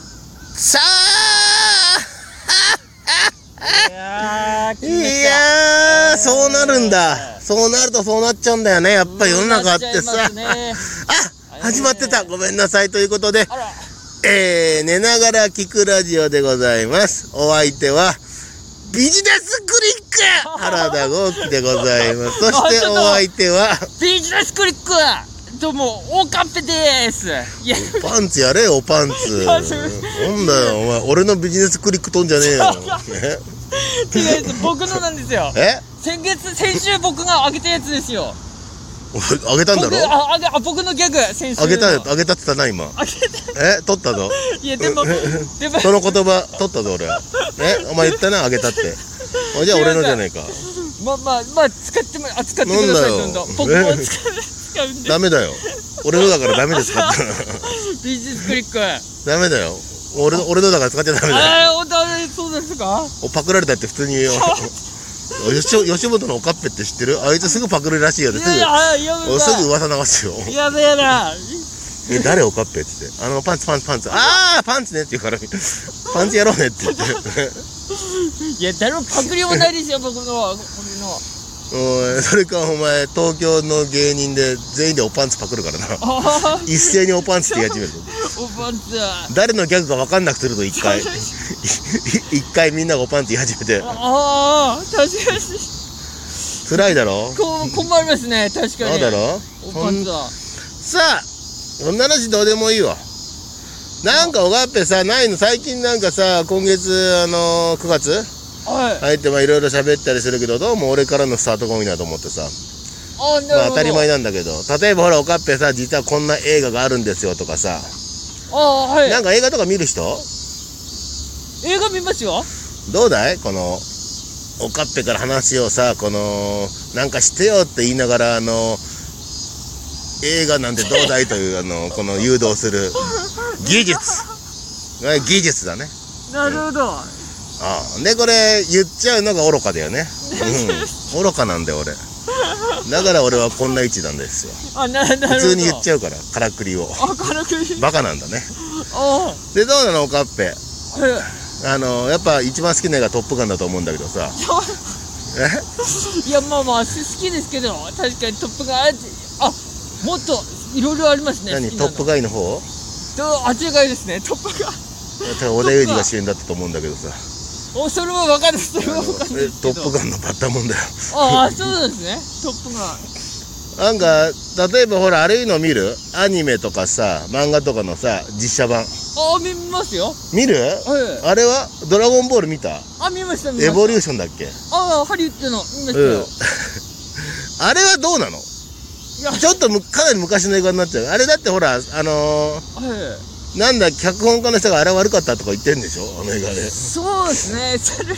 さいやーあ 気いになっちゃやーそうなるんえだーそうなるとそうなっちゃうんだよねやっうぱ世の中ってさ気になっちゃいますねあ始まってたごめんなさいということであらえー、寝ながら聞くラジオでございますお相手はビジネスクリック原田豪樹でございますそしてお相手はビジネスクリックどうもオカンペですいやパンツやれよパン ツパンツなんだよお前俺のビジネスクリック飛んじゃね えよ違うやつ僕のなんですよえ先月先週僕があげたやつですよ俺あげたんだ僕ろああげあ僕のギャグ先週のあげたよあげたって言ったな今あげたえ取ったぞいやで もでもその言葉取ったぞ俺はえお前言ったなあげたってあじゃあ俺のじゃねえかまあまあまあ使ってもあ使ってくださいどなんんだどよん僕も使う使うんでダメだよ俺のだからダメです かビジネスクリックダメだよ俺の俺のだから使っちゃダメだよああ本当にそうですかおパクられたって普通に言うよ吉吉本のおかっぺって知ってるあいつすぐパクるらしいよいねすやいややぐおすぐ噂流すよぐやだやだえ誰おかっぺって言ってあのパンツパンツパンツああパンツねって言うからパンツやろうねって言っていや誰もパクリもないですよ僕の僕のおいそれかお前東京の芸人で全員でおパンツパクるからなああ一斉におパンツって言い始めるおばんつ誰のギャグか分かんなくすると一回 い確かに一回みんながおパンツ言い始めてああ確かに辛いだろこう困りますね確そかにうだろおばんつさあ女の話どうでもいいわなんかおがっぺさないの最近なんかさ今月あの9月はい入ってまあいろいろ喋ったりするけどどうも俺からのスタートが多いなと思ってさあまなるあほど当たり前なんだけど例えばほらおかっぺさ実はこんな映画があるんですよとかさああはいなんか映画とか見る人映画見ますよどうだいこのおかっぺから話をさこのなんかしてよって言いながらあの映画なんてどうだいというあのこの誘導する技術が技術だねなるほどああでこれ言っちゃうのが愚かだよね、うん、愚かなんだよ俺だから俺はこんな位置なんですよあななるほ普ど通に言っゃちゃうからからくりをうあからくりバカなんだねあでどうなのおかっぺあはいあのやっぱ一番好きな映画「トップガン」だと思うんだけどさえいやまあまあ好きですけど確かにトップがああもっといろいろありますね何「トップがガイ」の方あ違いですねトップが多分織田裕二が主演だったと思うんだけどさおそれは分かるそれは分かるんえですトけッどプガン」のバッタもんだよああそうなんですねトップがなんか例えばほらあれいうの見るアニメとかさ漫画とかのさ実写版ああ見ますよ見るはいあれは「ドラゴンボール」見たあ見ました見まエボしリューションだっけたああハリウッドの見ましたうよんあれはどうなのいやちょっとむかなり昔の映画になっちゃうあれだってほらあのはいーなんだ脚本家の人があれ悪かったとか言ってんでしょあの映画で、そうですねそれ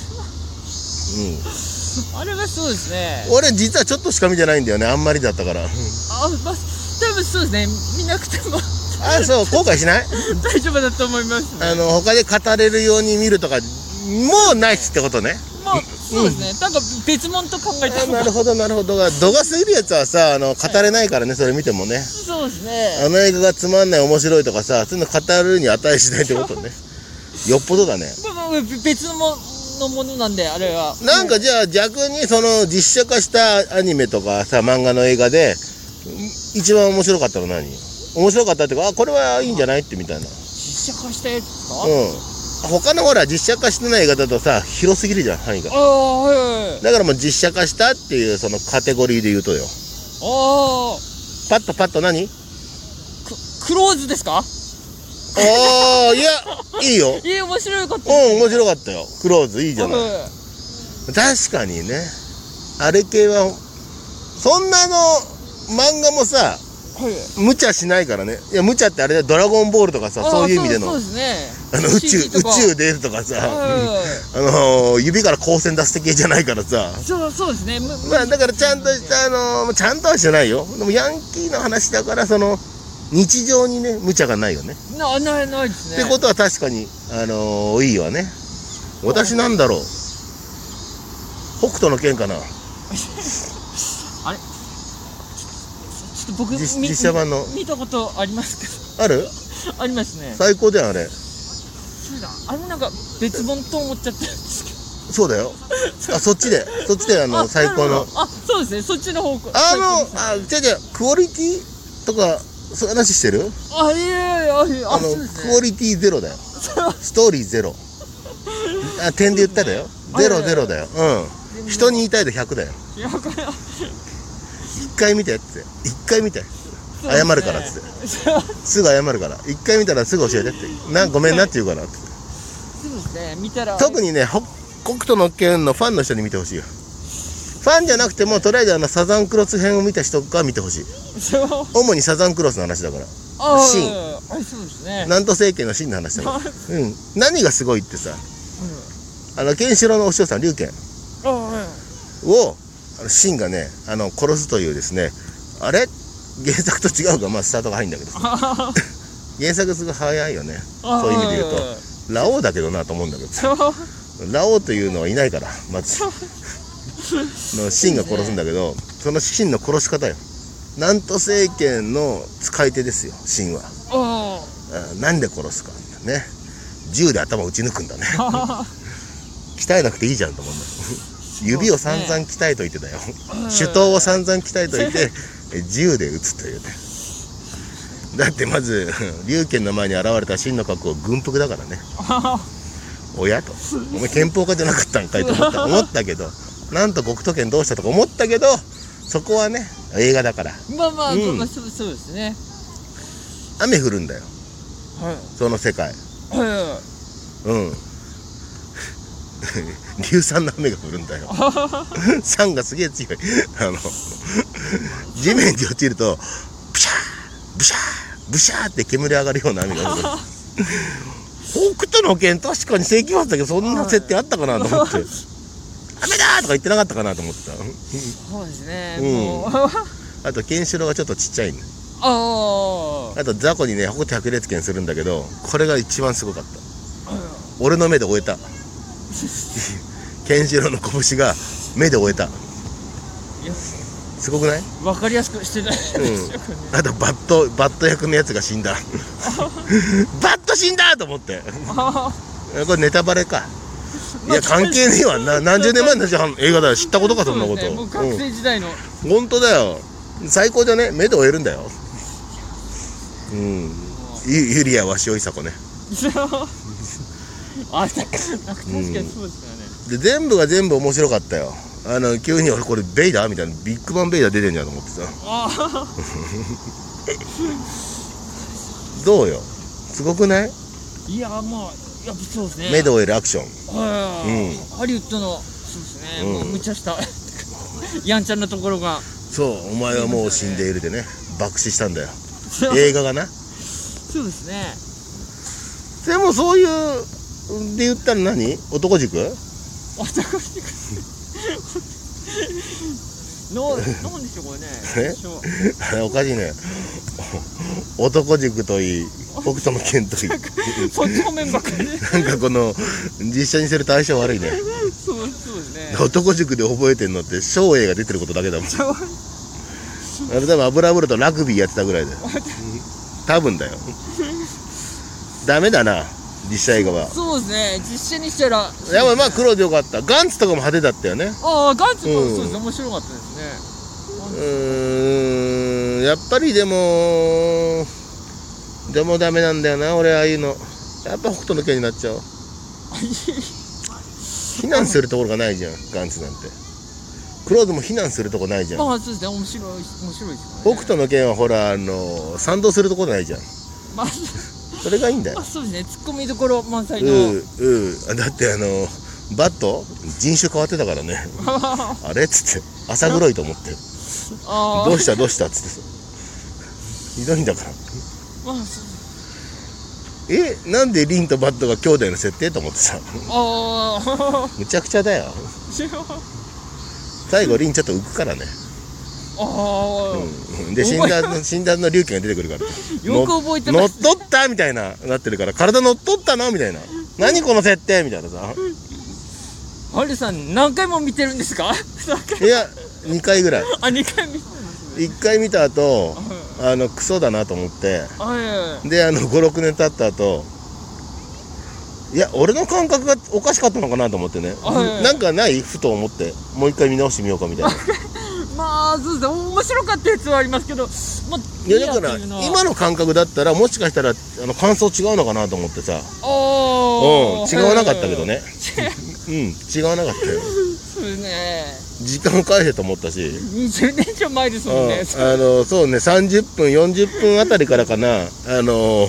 うん、あれはそうですね俺実はちょっとしか見てないんだよねあんまりだったからああまあ多分そうですね見なくても そう後悔しない大丈夫だと思いますねあの他で語れるように見るとかもうないってことねまあそうですね、なんか別物と考えたあ方ながるほどなるほどが度が過ぎるやつはさあの語れないからねそれ見てもねそうですねあの映画がつまんない面白いとかさそういうの語るに値しないってことねよっぽどだねまあまあまあ別のものものなんであれはなんかじゃあ逆にその実写化したアニメとかさ漫画の映画でん一番面白かったの何面白かったっていうかあこれはいいんじゃないってみたいな実写化したやつですか、あうん他のほら実写化してない映画だとさ広すぎるじゃん範囲があはいはいはいだからもう実写化したっていうそのカテゴリーで言うとよああパッとパッと何ククローズですかああいやいいよいや面白いかったうん面白かったよクローズいいじゃないあ確かにねあれ系はそんなあの漫画もさはい無茶しないからねいや無茶ってあれだドラゴンボールとかさあそういう意味でのそあうそうですねの宇宙 CG とか宇宙出るとかはいはいさ、はいあのー指から光線出す系じゃないからさそうそうですねむまあだからちゃんとしたあのーちゃんとはしてないよでもヤンキーの話だからその日常にね無茶がないよねなないないですねってことは確かにあのーいいわね私なんだろう北斗の拳かなちょっと僕実み実写版の 見見たことありますけあるどありますね最高だよあれそうだあれなんか別物と思っちゃったんですけそうだよあそっちでそっちであどの最高なるのほど あそうですねそっちの方向あ最高のですあじゃあじゃあクオリティとかそういう話してるあいやいやいやああのそうですクオねリティゼロだよストーリー ゼロあ点で言っただよそうゼですロねゼロだようん人に言いたいと100だよいやこれは一回見てって一回見て謝るからっつっててそうすぐ謝るから一回見たらすぐ教えてってなごめんなって言うからってそうですね見たら特ににね北北斗の拳のファンの人に見てほしいよファンじゃなくてもとりあえずあのサザンクロス編を見た人が見てほしいそう主にサザンクロスの話だからあシーあそうですね南都政権の真の話だ からうん何がすごいってさあのケンシロウのお師匠さん龍拳うんああをあの真がねあの殺すというですねあれ原作と違うがまあスタートが入るんだけどあ原作すごい早いよねあそういう意味で言うとラオウだけどなと思うんだけどそうラオウというのはいないからまずの秦が殺すんだけどその秦の殺し方よ南都政権の使い手ですよ秦はああなんで殺すかね銃で頭打ち抜くんだねあ鍛えなくていいじゃんと思うんだけど指を散々鍛えといてだよ手刀を散々鍛えといてえ銃で撃つというねだってまず龍拳の前に現れた秦の格好軍服だからねあおやとお前憲法家じゃなかったんかいと思った思ったけどなんと極都圏どうしたとか思ったけどそこはね映画だからまあまあ、うんまあそうそうですね雨降るんだよはいその世界はいうん 硫酸の雨が降るんだよ酸がすげえ強いあの地面に落ちるとプシャーブシャーブシャーって煙上がるような雨が降る北斗の拳確かに世紀末だけどそんな設定あったかなと思って「雨だ!」とか言ってなかったかなと思ったそうですね、うんもう ああとケンシロウがちょっとちっちゃいねああと雑魚にね北斗百裂拳するんだけどこれが一番すごかった俺の目で終えたケンシロウの拳が目で終えたいやすごくないわかりやすくしてない ですよこれねあとバットバット役のやつが死んだバット死んだと思ってあこれネタバレかいまあや関係ねえわな何十年前の映画だよ知ったことかそんなうこですねもうと、学生時代の、 うん、本当だよ最高じゃね目で終えるんだようんゆゆりやわしおいさこねあたなんか確かにそうですよね、で全部が全部面白かったよあの急に俺これベイダーみたいなビッグバンベイダー出てんじゃんと思ってさああどうよすごくないいやまあいやそうですね目で終えるアクションはうんい、ハリウッドのそうですね、うんもう無茶した やんちゃなところがそうお前はもう死んでいるでね爆死したん だよそう映画がなそうですねでもそういうで言ったら何男塾 男に のなんでしょうこれねえそうあれおかしいねお男塾といい北斗の拳 といいそっち方面ばっかりねなんかこの実写にすると相性悪いねそうそうですね男塾で覚えてんのって照英が出てることだけだもんそうあれ多分油油とラグビーやってたぐら いだよ多分だよダメだな実写映画はそうですね実写にしたらやばいまあ黒でよかったガンツとかも派手だったよねああガンツもうんそうですね面白かったですねうーんやっぱりでもでもダメなんだよな俺ああいうのやっぱ北斗の拳になっちゃう避難するところがないじゃんガンツなんてクローズも避難するとこないじゃんまあそうですね面白い面白いですよ北斗ねの拳はほらあの賛同するとこないじゃんまあそれがいいんだよまあそうですねツッコミどころ満載うのんうんあだってあのバット人種変わってたからね ああれっつって朝黒いと思ってあどうしたどうしたっつってひどいんだからまあそうえなんでリンとバットが兄弟の設定と思ってさああ むちゃくちゃだよ最後リンちょっと浮くからね、ああ、うん、で診断の診断の龍拳が出てくるから よく覚えての乗まっす取ったみたいななってるから体乗っ取ったのみたいな何この設定みたいなさハリさん何回も見てるんですかなんかいや2回ぐらいあ二回見てますね1回見た後はあのクソだなと思っていはいであの56年経った後いや俺の感覚がおかしかったのかなと思ってね、はいなんかないふと思ってもう一回見直してみようかみたいなまあそうですね面白かったやつはありますけど、まあ、いやだからリアルな今の感覚だったらもしかしたらあの感想違うのかなと思ってさうんおー違わなかったけどねはいうん違わなかったよそうですね時間返せと思ったし、 20年以上前ですうん、もんねあのそうね30分40分あたりからかなあの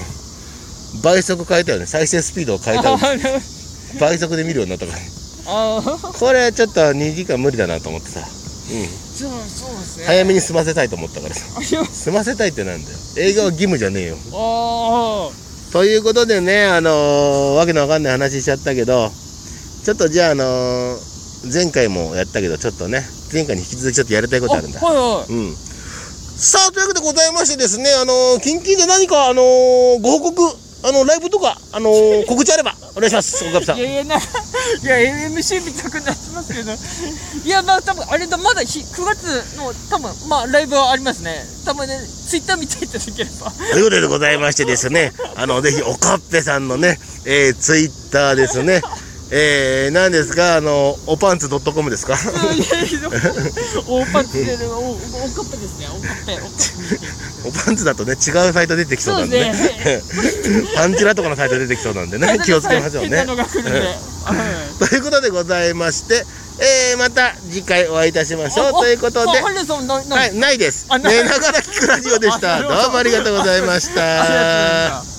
倍速変えたよね再生スピードを変え た倍速で見るようになったからあーこれちょっと2時間無理だなと思ってさ、うん、そうそうですね早めに済ませたいと思ったからさあいや済ませたいってなんだよ映画は義務じゃねえよあーということでねあのーわけのわかんない話しちゃったけどちょっとじゃああのー前回もやったけどちょっとね前回に引き続きちょっとやりたいことあるんだあはいはいうんさあというわけでございましてですねあのー近々で何かあのーご報告あのライブとかあの ー告知あればお願いします岡部さんいやいやな、いや MC 見たくなりますけど、いやまあ多分あれだまだ日9月の多分まあライブはありますね。多分ねツイッター見ていただけれ ば。ということでございましてですね、あの、ぜひ、おかっぺさんのね、えー、ツイッターですね、えー、何ですか、あの、おぱんつ .com ですか いやいや大パッチでおおかっぺですね。おかっぺおかっぺ。おぱんつだとね、違うサイト出てきそうなんでね。そうパンチラとかのサイト出てき そうなんでね、気をつけましょう変なね。のが来るんで。はいということでございまして、えー、また次回お会いいたしましょうああということであ、春さんななはい、ないです。あ寝ないながら聞くラジオでした。あどうもありがとうございましありがとうございましたた。